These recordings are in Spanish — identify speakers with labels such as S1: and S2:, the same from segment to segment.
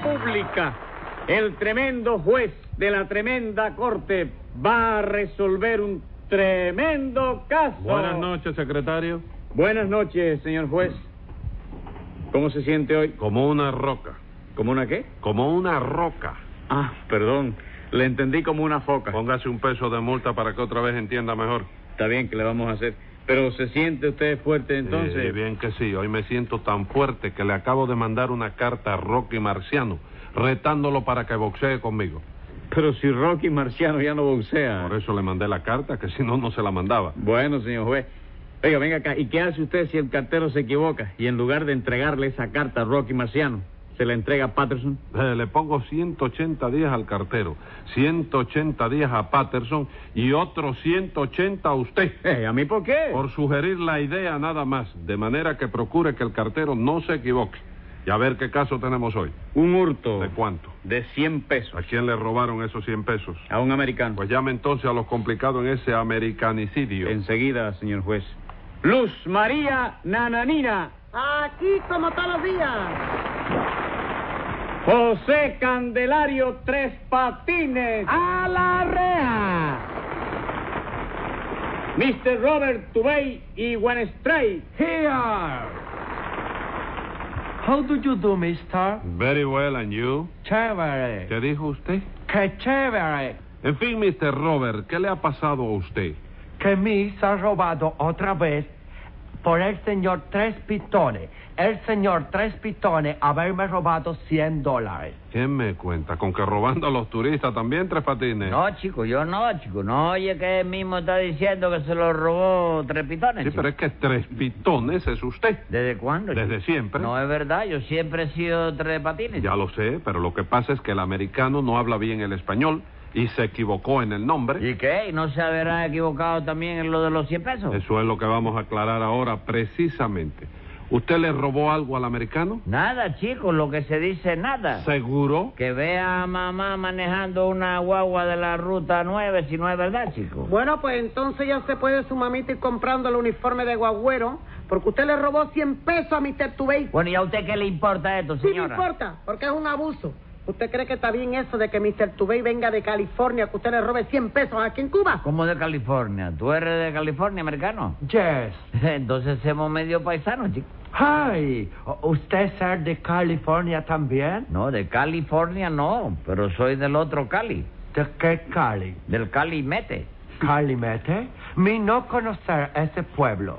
S1: América, el tremendo juez de la tremenda corte va a resolver un tremendo caso.
S2: Buenas noches, secretario.
S1: Buenas noches, señor juez. ¿Cómo se siente hoy?
S2: Como una roca.
S1: ¿Como una qué?
S2: Como una roca.
S1: Ah, perdón. Le entendí como una foca.
S2: Póngase un peso de multa para que otra vez entienda mejor.
S1: Está bien que le vamos a hacer. Pero se siente usted fuerte entonces.
S2: Sí, Eh, bien que sí. Hoy me siento tan fuerte que le acabo de mandar una carta a Rocky Marciano retándolo para que boxee conmigo.
S1: Pero si Rocky Marciano ya no boxea.
S2: Por eso le mandé la carta, que si no, no se la mandaba.
S1: Bueno, señor juez. Oiga, venga acá. ¿Y qué hace usted si el cartero se equivoca y en lugar de entregarle esa carta a Rocky Marciano, se la entrega a Patterson?
S2: Eh, le pongo 180 días al cartero, 180 días a Patterson y otros 180 a usted.
S1: Eh, ¿A mí por qué?
S2: Por sugerir la idea nada más, de manera que procure que el cartero no se equivoque. Y a ver qué caso tenemos hoy.
S1: Un hurto.
S2: ¿De cuánto?
S1: De 100 pesos.
S2: ¿A quién le robaron esos 100 pesos?
S1: A un americano.
S2: Pues llame entonces a los complicados en ese americanicidio.
S1: Enseguida, señor juez. Luz María Nananina.
S3: Aquí como todos los días.
S1: José Candelario Tres Patines.
S3: A la rea.
S1: Mr. Robert Tubey y Gwen Stray.
S4: Here. How do you do, mister?
S2: Very well, and you?
S4: Chévere.
S2: ¿Qué dijo usted?
S4: Que chévere.
S2: En fin, Mr. Robert, ¿qué le ha pasado a usted?
S4: Que me ha robado otra vez por el señor Tres Pitones. El señor Tres Pitones haberme robado 100 dólares.
S2: ¿Quién me cuenta? ¿Con que robando a los turistas también, Tres Patines?
S5: Eh. No, chico, yo no, chico. No oye que él mismo está diciendo que se lo robó Tres Pitones.
S2: Sí,
S5: chico.
S2: pero es que Tres Pitones es usted.
S5: ¿Desde cuándo?
S2: Desde
S5: chico?
S2: siempre.
S5: No es verdad, yo siempre he sido Tres Patines.
S2: Ya lo sé, pero lo que pasa es que el americano no habla bien el español y se equivocó en el nombre.
S5: ¿Y qué? ¿Y no se habrá equivocado también en lo de los 100 pesos?
S2: Eso es lo que vamos a aclarar ahora precisamente. ¿Usted le robó algo al americano?
S5: Nada, chico, lo que se dice nada.
S2: ¿Seguro?
S5: Que vea a mamá manejando una guagua de la ruta 9, si no es verdad, chico.
S3: Bueno, pues entonces ya se puede su mamita ir comprando el uniforme de guagüero, porque usted le robó 100 pesos a Mr. Tubey.
S5: Bueno, ¿y a usted qué le importa esto,
S3: Sí, no
S5: señora?
S3: importa, porque es un abuso. ¿Usted cree que está bien eso de que Mr. Tubey venga de California, que usted le robe 100 pesos aquí en Cuba?
S5: ¿Cómo de California? ¿Tú eres de California, americano?
S4: Yes.
S5: Entonces somos medio paisanos, chico.
S4: Hi. O- ¿Usted es el de California también?
S5: No, de California no, pero soy del otro Cali,
S4: ¿De qué Cali?
S5: del Cali Mete.
S4: Calimete. Mi no conocer ese pueblo.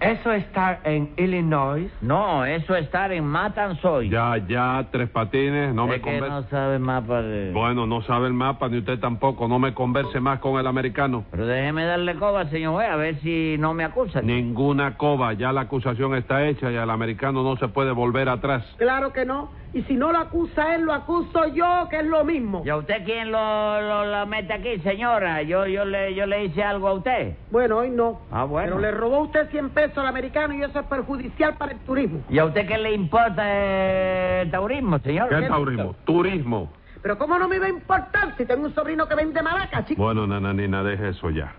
S4: Eso está en Illinois.
S5: No, eso es estar en Matanzoy.
S2: Ya, ya, Tres Patines, no me
S5: es que
S2: conven-
S5: no sabe mapa de...
S2: Bueno, no sabe el mapa, ni usted tampoco. No me converse más con el americano.
S5: Pero déjeme darle coba, señor juez, a ver si no me acusan.
S2: Ninguna coba, ya la acusación está hecha y al americano no se puede volver atrás.
S3: Claro que no. Y si no lo acusa él, lo acuso yo, que es lo mismo.
S5: ¿Y a usted quién lo, lo- la mete aquí, señora? Yo, yo, le, yo le hice algo a usted.
S3: Bueno, hoy no.
S5: Ah, bueno.
S3: Pero le robó usted 100 pesos al americano y eso es perjudicial para el turismo.
S5: ¿Y a usted qué le importa eh, el taurismo, señor?
S2: ¿Qué taurismo? Turismo.
S3: Pero ¿cómo no me iba a importar si tengo un sobrino que vende maracas, chico?
S2: Bueno, nananina, deje eso ya.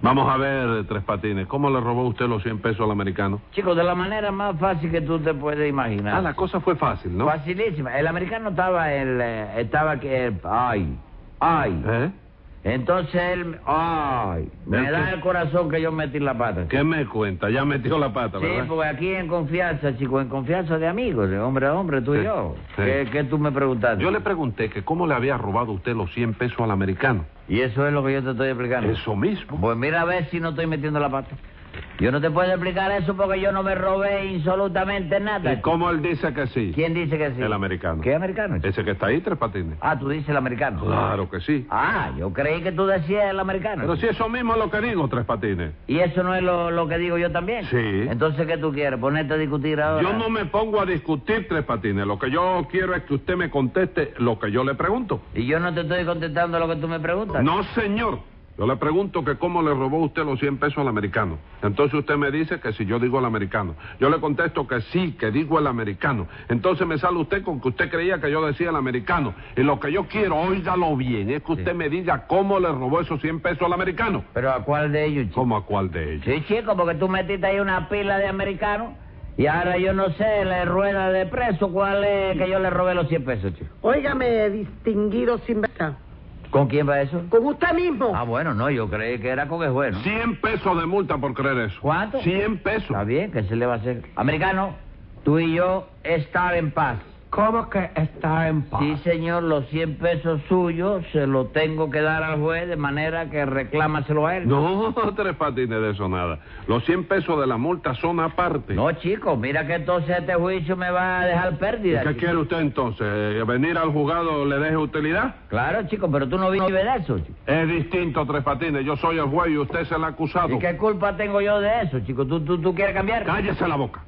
S2: Vamos a ver, Tres Patines, ¿cómo le robó usted los 100 pesos al americano?
S5: Chico, de la manera más fácil que tú te puedes imaginar.
S2: Ah, la cosa fue fácil, ¿no?
S5: Facilísima. El americano estaba el eh, estaba que ay, ay.
S2: ¿Eh?
S5: Entonces él ay, me
S2: ¿El
S5: da
S2: qué?
S5: el corazón que yo metí la pata.
S2: ¿Qué me cuenta? Ya metió la pata,
S5: Sí,
S2: ¿verdad?
S5: porque aquí en confianza, chico, en confianza de amigos, de hombre a hombre, tú
S2: Sí,
S5: y yo.
S2: sí.
S5: ¿Qué, qué tú me preguntaste?
S2: Yo le pregunté que cómo le había robado usted los 100 pesos al americano.
S5: Y eso es lo que yo te estoy explicando.
S2: Eso mismo.
S5: Pues mira a ver si no estoy metiendo la pata. Yo no te puedo explicar eso porque yo no me robé absolutamente nada.
S2: ¿Y cómo él dice que sí?
S5: ¿Quién dice que sí?
S2: El americano.
S5: ¿Qué americano? chico?
S2: Ese que está ahí, Tres Patines.
S5: Ah, tú dices el americano.
S2: Claro que sí.
S5: Ah, yo creí que tú decías el americano.
S2: Pero si eso mismo es lo que digo, Tres Patines.
S5: Y eso no es lo, lo que digo yo también.
S2: Sí.
S5: Entonces, ¿qué tú quieres? ¿Ponerte a discutir ahora?
S2: Yo no me pongo a discutir, Tres Patines. Lo que yo quiero es que usted me conteste lo que yo le pregunto.
S5: Y yo no te estoy contestando lo que tú me preguntas.
S2: No, señor. Yo le pregunto que cómo le robó usted los 100 pesos al americano. Entonces usted me dice que si yo digo el americano. Yo le contesto que sí, que digo el americano. Entonces me sale usted con que usted creía que yo decía el americano. Y lo que yo quiero, óigalo bien, es que usted me diga cómo le robó esos 100 pesos al americano.
S5: ¿Pero a cuál de ellos, chico?
S2: ¿Cómo a cuál de ellos?
S5: Sí, chico, porque tú metiste ahí una pila de americanos Y ahora yo no sé, la rueda de preso, ¿cuál es que yo le robé los 100 pesos, chico?
S3: Óigame, distinguido sin vergüenza.
S5: ¿Con quién va eso?
S3: Con usted mismo.
S5: Ah, bueno, no, yo creí que era con el juez, ¿no?
S2: 100 pesos de multa por creer eso.
S5: ¿Cuánto?
S2: 100 pesos.
S5: Está bien, ¿qué se le va a hacer? Americano, tú y yo estar en paz.
S4: ¿Cómo que está en paz?
S5: Sí, señor, los 100 pesos suyos se los tengo que dar al juez de manera que reclámaselo a él.
S2: No, tres patines de eso nada. Los 100 pesos de la multa son aparte.
S5: No, chico, mira que entonces este juicio me va a dejar
S2: ¿Y
S5: pérdida.
S2: ¿Qué
S5: chico.
S2: quiere usted entonces? Eh, ¿Venir al juzgado le deje utilidad?
S5: Claro, chico, pero tú no vives de eso, chico.
S2: Es distinto, Tres Patines. Yo soy el juez y usted es el acusado.
S5: ¿Y qué culpa tengo yo de eso, chico? ¿Tú, tú, tú quieres cambiar?
S2: Cállese la boca.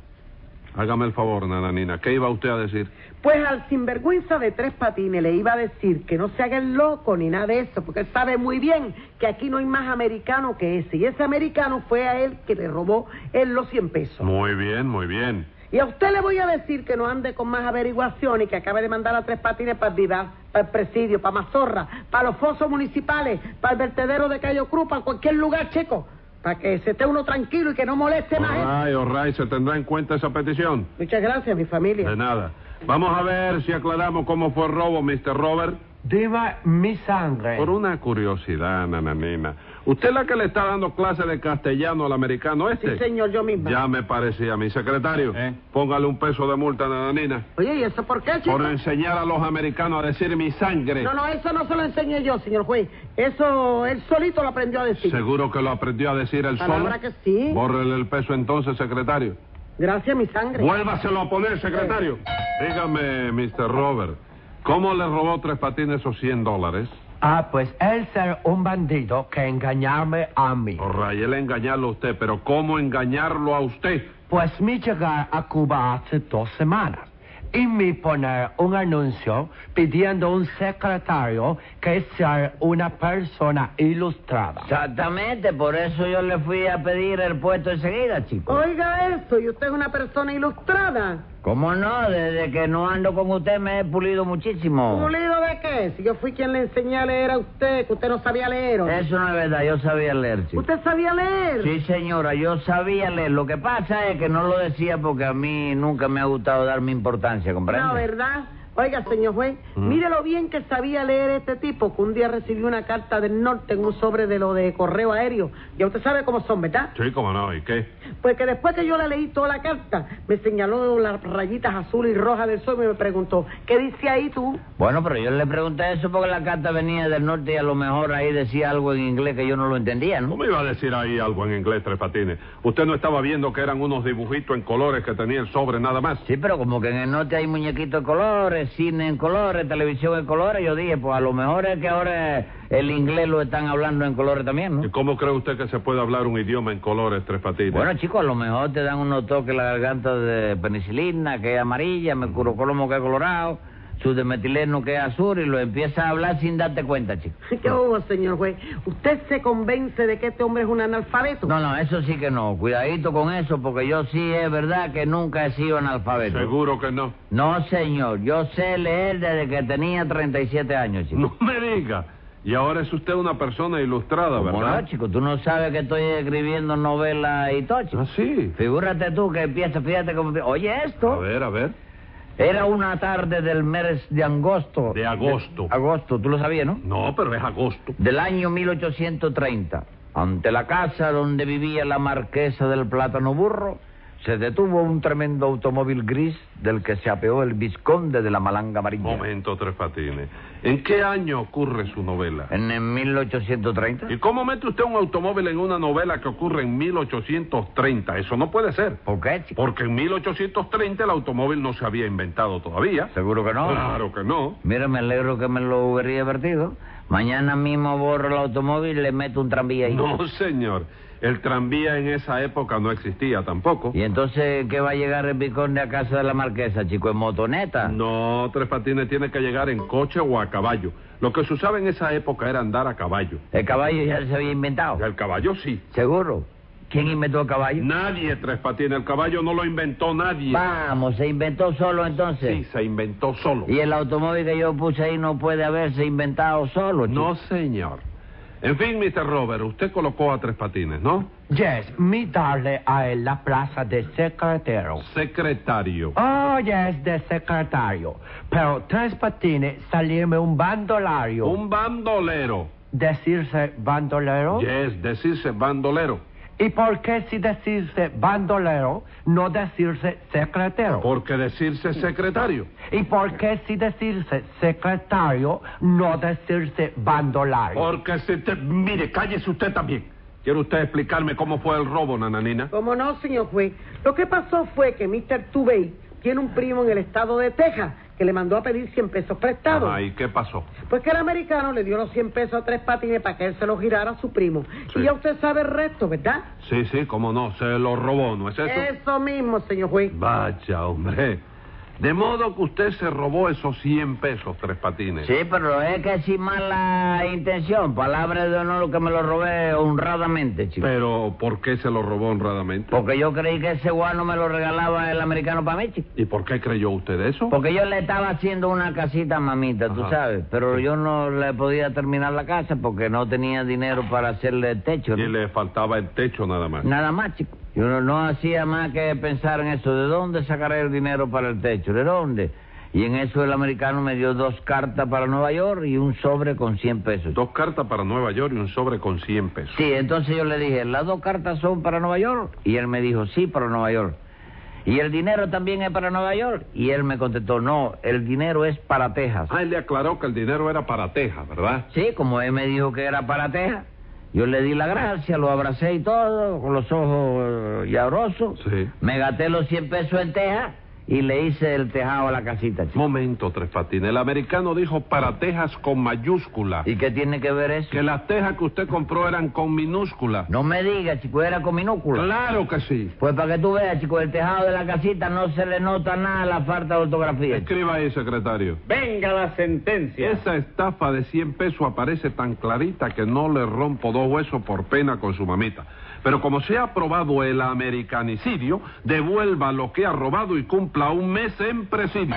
S2: Hágame el favor, nananina. ¿Qué iba usted a decir?
S3: Pues al sinvergüenza de tres patines le iba a decir que no se haga el loco ni nada de eso, porque él sabe muy bien que aquí no hay más americano que ese. Y ese americano fue a él que le robó él los 100 pesos.
S2: Muy bien, muy bien.
S3: Y a usted le voy a decir que no ande con más averiguaciones, que acabe de mandar a tres patines para Viva, para el presidio, para Mazorra, para los fosos municipales, para el vertedero de Cayo Cruz, para cualquier lugar, chico, para que se esté uno tranquilo y que no moleste más. gente.
S2: All right, all right. ¿Se tendrá en cuenta esa petición?
S3: Muchas gracias, mi familia.
S2: De nada. Vamos a ver si aclaramos cómo fue el robo, Mr. Robert.
S4: Dime mi sangre.
S2: Por una curiosidad, nananina. ¿Usted es la que le está dando clase de castellano al americano este?
S3: Sí, señor, yo misma.
S2: Ya me parecía, mi secretario.
S1: ¿Eh?
S2: Póngale un peso de multa, nananina.
S3: Oye, ¿y eso por qué, chico?
S2: Por enseñar a los americanos a decir mi sangre.
S3: No, no, eso no se lo enseñé yo, señor juez. Eso él solito lo aprendió a decir.
S2: Seguro que lo aprendió a decir el solo.
S3: Palabra que sí.
S2: Bórrele el peso entonces, secretario.
S3: Gracias, mi sangre.
S2: Vuélvaselo a poner, secretario. Dígame, Mr. Robert, ¿cómo le robó Tres Patines esos 100 dólares?
S4: Ah, pues él ser un bandido que engañarme a mí.
S2: Ray, él Oh, engañarlo a usted, pero ¿cómo engañarlo a usted?
S4: Pues mi llegar a Cuba hace dos semanas y mi poner un anuncio pidiendo un secretario que sea una persona ilustrada.
S5: Exactamente, por eso yo le fui a pedir el puesto enseguida, chico.
S3: Oiga eso, y usted es una persona ilustrada.
S5: ¿Cómo no? Desde que no ando con usted me he pulido muchísimo.
S3: ¿Pulido de qué? Si yo fui quien le enseñé a leer a usted, que usted no sabía leer. ¿o?
S5: Eso no es verdad, yo sabía leer, chico.
S3: ¿Usted sabía leer?
S5: Eh, Sí, señora, yo sabía leer. Lo que pasa es que no lo decía porque a mí nunca me ha gustado darme importancia, ¿comprende?
S3: No, ¿verdad? Oiga, señor juez, mire lo bien que sabía leer este tipo, que un día recibió una carta del norte en un sobre de lo de correo aéreo. Ya usted sabe cómo son, ¿verdad?
S2: Sí, cómo no, ¿y qué?
S3: Pues que después que yo le leí toda la carta, me señaló las rayitas azul y roja del sol y me preguntó, ¿qué dice ahí tú?
S5: Bueno, pero yo le pregunté eso porque la carta venía del norte y a lo mejor ahí decía algo en inglés que yo no lo entendía, ¿no?
S2: ¿Cómo iba a decir ahí algo en inglés, Tres Patines? Usted no estaba viendo que eran unos dibujitos en colores que tenía el sobre nada más.
S5: Sí, pero como que en el norte hay muñequitos de colores, cine en colores, televisión en colores, yo dije, pues a lo mejor es que ahora el inglés lo están hablando en colores también,
S2: ¿Y
S5: ¿no?
S2: cómo cree usted que se puede hablar un idioma en colores, Tres Patines?
S5: Bueno, chicos, a lo mejor te dan unos toques en la garganta de penicilina, que es amarilla, mercurocromo, que es colorado, sudemetileno, que es azul, y lo empiezas a hablar sin darte cuenta, chico.
S3: ¿Qué hubo, señor juez? ¿Usted se convence de que este hombre es un analfabeto?
S5: No, no, eso sí que no. Cuidadito con eso, porque yo sí es verdad que nunca he sido analfabeto.
S2: Seguro que no.
S5: No, señor. Yo sé leer desde que tenía 37 años, chico.
S2: No me diga. Y ahora es usted una persona ilustrada,
S5: ¿Cómo
S2: ¿verdad?
S5: no, chico? Tú no sabes que estoy escribiendo novelas y todo, chico.
S2: Ah, sí.
S5: Figúrate tú que empieza, fíjate cómo... empie- Oye,
S2: A
S5: esto...
S2: ver, a ver.
S5: Era una tarde del mes de agosto.
S2: De agosto.
S5: De- agosto, tú lo sabías, ¿no?
S2: No, pero es agosto.
S5: Del año 1830. Ante la casa donde vivía la marquesa del plátano burro, se detuvo un tremendo automóvil gris del que se apeó el visconde de la malanga amarilla.
S2: Momento, Tres Patines. ¿En qué año ocurre su novela?
S5: En el 1830.
S2: ¿Y cómo mete usted un automóvil en una novela que ocurre en 1830? Eso no puede ser.
S5: ¿Por qué, chico?
S2: Porque en 1830 el automóvil no se había inventado todavía.
S5: Seguro que no.
S2: Claro que no.
S5: Mira, me alegro que me lo hubiera advertido. Mañana mismo borro el automóvil y le meto un tranvía ahí.
S2: No, señor. El tranvía en esa época no existía tampoco.
S5: ¿Y entonces qué va a llegar el visconde a casa de la marquesa, chico? ¿En motoneta?
S2: No, Tres Patines tiene que llegar en coche o a caballo. Lo que se usaba en esa época era andar a caballo.
S5: El caballo ya se había inventado.
S2: El caballo sí.
S5: ¿Seguro? ¿Quién inventó el caballo?
S2: Nadie, Tres Patines. El caballo no lo inventó nadie.
S5: Vamos, se inventó solo
S2: Sí,
S5: entonces.
S2: se inventó solo.
S5: Y el automóvil que yo puse ahí no puede haberse inventado solo, chico.
S2: No, señor. En fin, Mr. Robert, usted colocó a Tres Patines, ¿no?
S4: Yes, me darle a él la plaza de secretario.
S2: Secretario.
S4: Oh, yes, de secretario. Pero tres patines salirme un bandolario.
S2: Un bandolero.
S4: ¿Decirse bandolero?
S2: Yes, decirse bandolero.
S4: ¿Y por qué si decirse bandolero, no decirse secretario?
S2: Porque decirse secretario.
S4: ¿Y por qué si decirse secretario, no decirse bandolario?
S2: Porque se te... Mire, cállese usted también. ¿Quiere usted explicarme cómo fue el robo, nananina?
S3: Como no, señor juez. Lo que pasó fue que Mr. Tubey tiene un primo en el estado de Texas que le mandó a pedir 100 pesos prestados.
S2: Ajá, ¿y qué pasó?
S3: Pues que el americano le dio los 100 pesos a tres patines para que él se los girara a su primo.
S2: Sí.
S3: Y ya usted sabe el resto, ¿verdad?
S2: Sí, sí, cómo no, se lo robó, ¿no es eso?
S3: Eso mismo, señor juez.
S2: Vaya, hombre. De modo que usted se robó esos 100 pesos, Tres Patines.
S5: Sí, pero es que sin mala intención, palabra de honor que me lo robé honradamente, chico.
S2: Pero, ¿por qué se lo robó honradamente?
S5: Porque yo creí que ese guano me lo regalaba el americano para mí, chico.
S2: ¿Y por qué creyó usted eso?
S5: Porque yo le estaba haciendo una casita a mamita, tú
S2: Ajá.
S5: sabes, pero yo no le podía terminar la casa porque no tenía dinero para hacerle el techo. ¿no?
S2: Y le faltaba el techo nada más.
S5: Nada más, chico. Yo no, no hacía más que pensar en eso, ¿de dónde sacaré el dinero para el techo? ¿De dónde? Y en eso el americano me dio dos cartas para Nueva York y un sobre con 100 pesos.
S2: Dos cartas para Nueva York y un sobre con 100 pesos.
S5: Sí, entonces yo le dije, las dos cartas son para Nueva York. Y él me dijo, sí, para Nueva York. Y el dinero también es para Nueva York. Y él me contestó, no, el dinero es para Texas.
S2: Ah, él le aclaró que el dinero era para Texas, ¿verdad?
S5: Sí, como él me dijo que era para Texas, yo le di la gracia, lo abracé y todo, con los ojos eh, llorosos.
S2: Sí.
S5: Me gasté los 100 pesos en Texas y le hice el tejado a la casita. chico.
S2: Momento, Tres Patines. El americano dijo para Texas con mayúscula.
S5: ¿Y qué tiene que ver eso?
S2: Que las tejas que usted compró eran con minúscula.
S5: No me digas, chico, era con minúscula.
S2: Claro que sí.
S5: Pues para que tú veas, chico, el tejado de la casita no se le nota nada la falta de ortografía. chico.
S2: Escriba ahí, secretario.
S1: Venga la sentencia.
S2: Esa estafa de 100 pesos aparece tan clarita que no le rompo dos huesos por pena con su mamita. Pero como se ha aprobado el americanicidio, devuelva lo que ha robado y cumpla un mes en presidio.